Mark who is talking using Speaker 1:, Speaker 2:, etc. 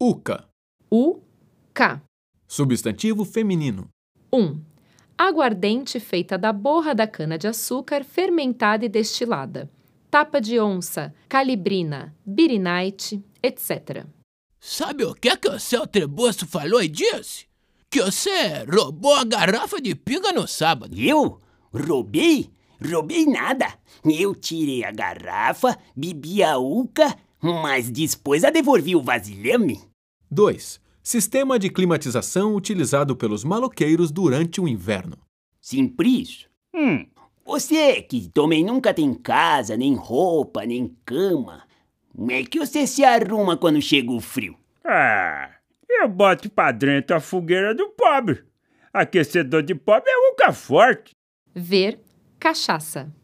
Speaker 1: Uca,
Speaker 2: U, K.
Speaker 1: substantivo feminino.
Speaker 2: 1. Aguardente feita da borra da cana-de-açúcar fermentada e destilada. Tapa de onça, calibrina, birinite, etc.
Speaker 3: Sabe o que é que o seu Trebuço falou e disse? Que você roubou a garrafa de pinga no sábado.
Speaker 4: Eu? Roubei? Roubei nada. Eu tirei a garrafa, bebi a uca, mas depois a devolvi o vasilhame.
Speaker 1: 2. Sistema de climatização utilizado pelos maloqueiros durante o inverno.
Speaker 4: Simples. Hum. Você que também nunca tem casa, nem roupa, nem cama, como é que você se arruma quando chega o frio?
Speaker 5: Ah, eu boto pra dentro a fogueira do pobre. Aquecedor de um pobre é uca forte.
Speaker 2: Ver, cachaça.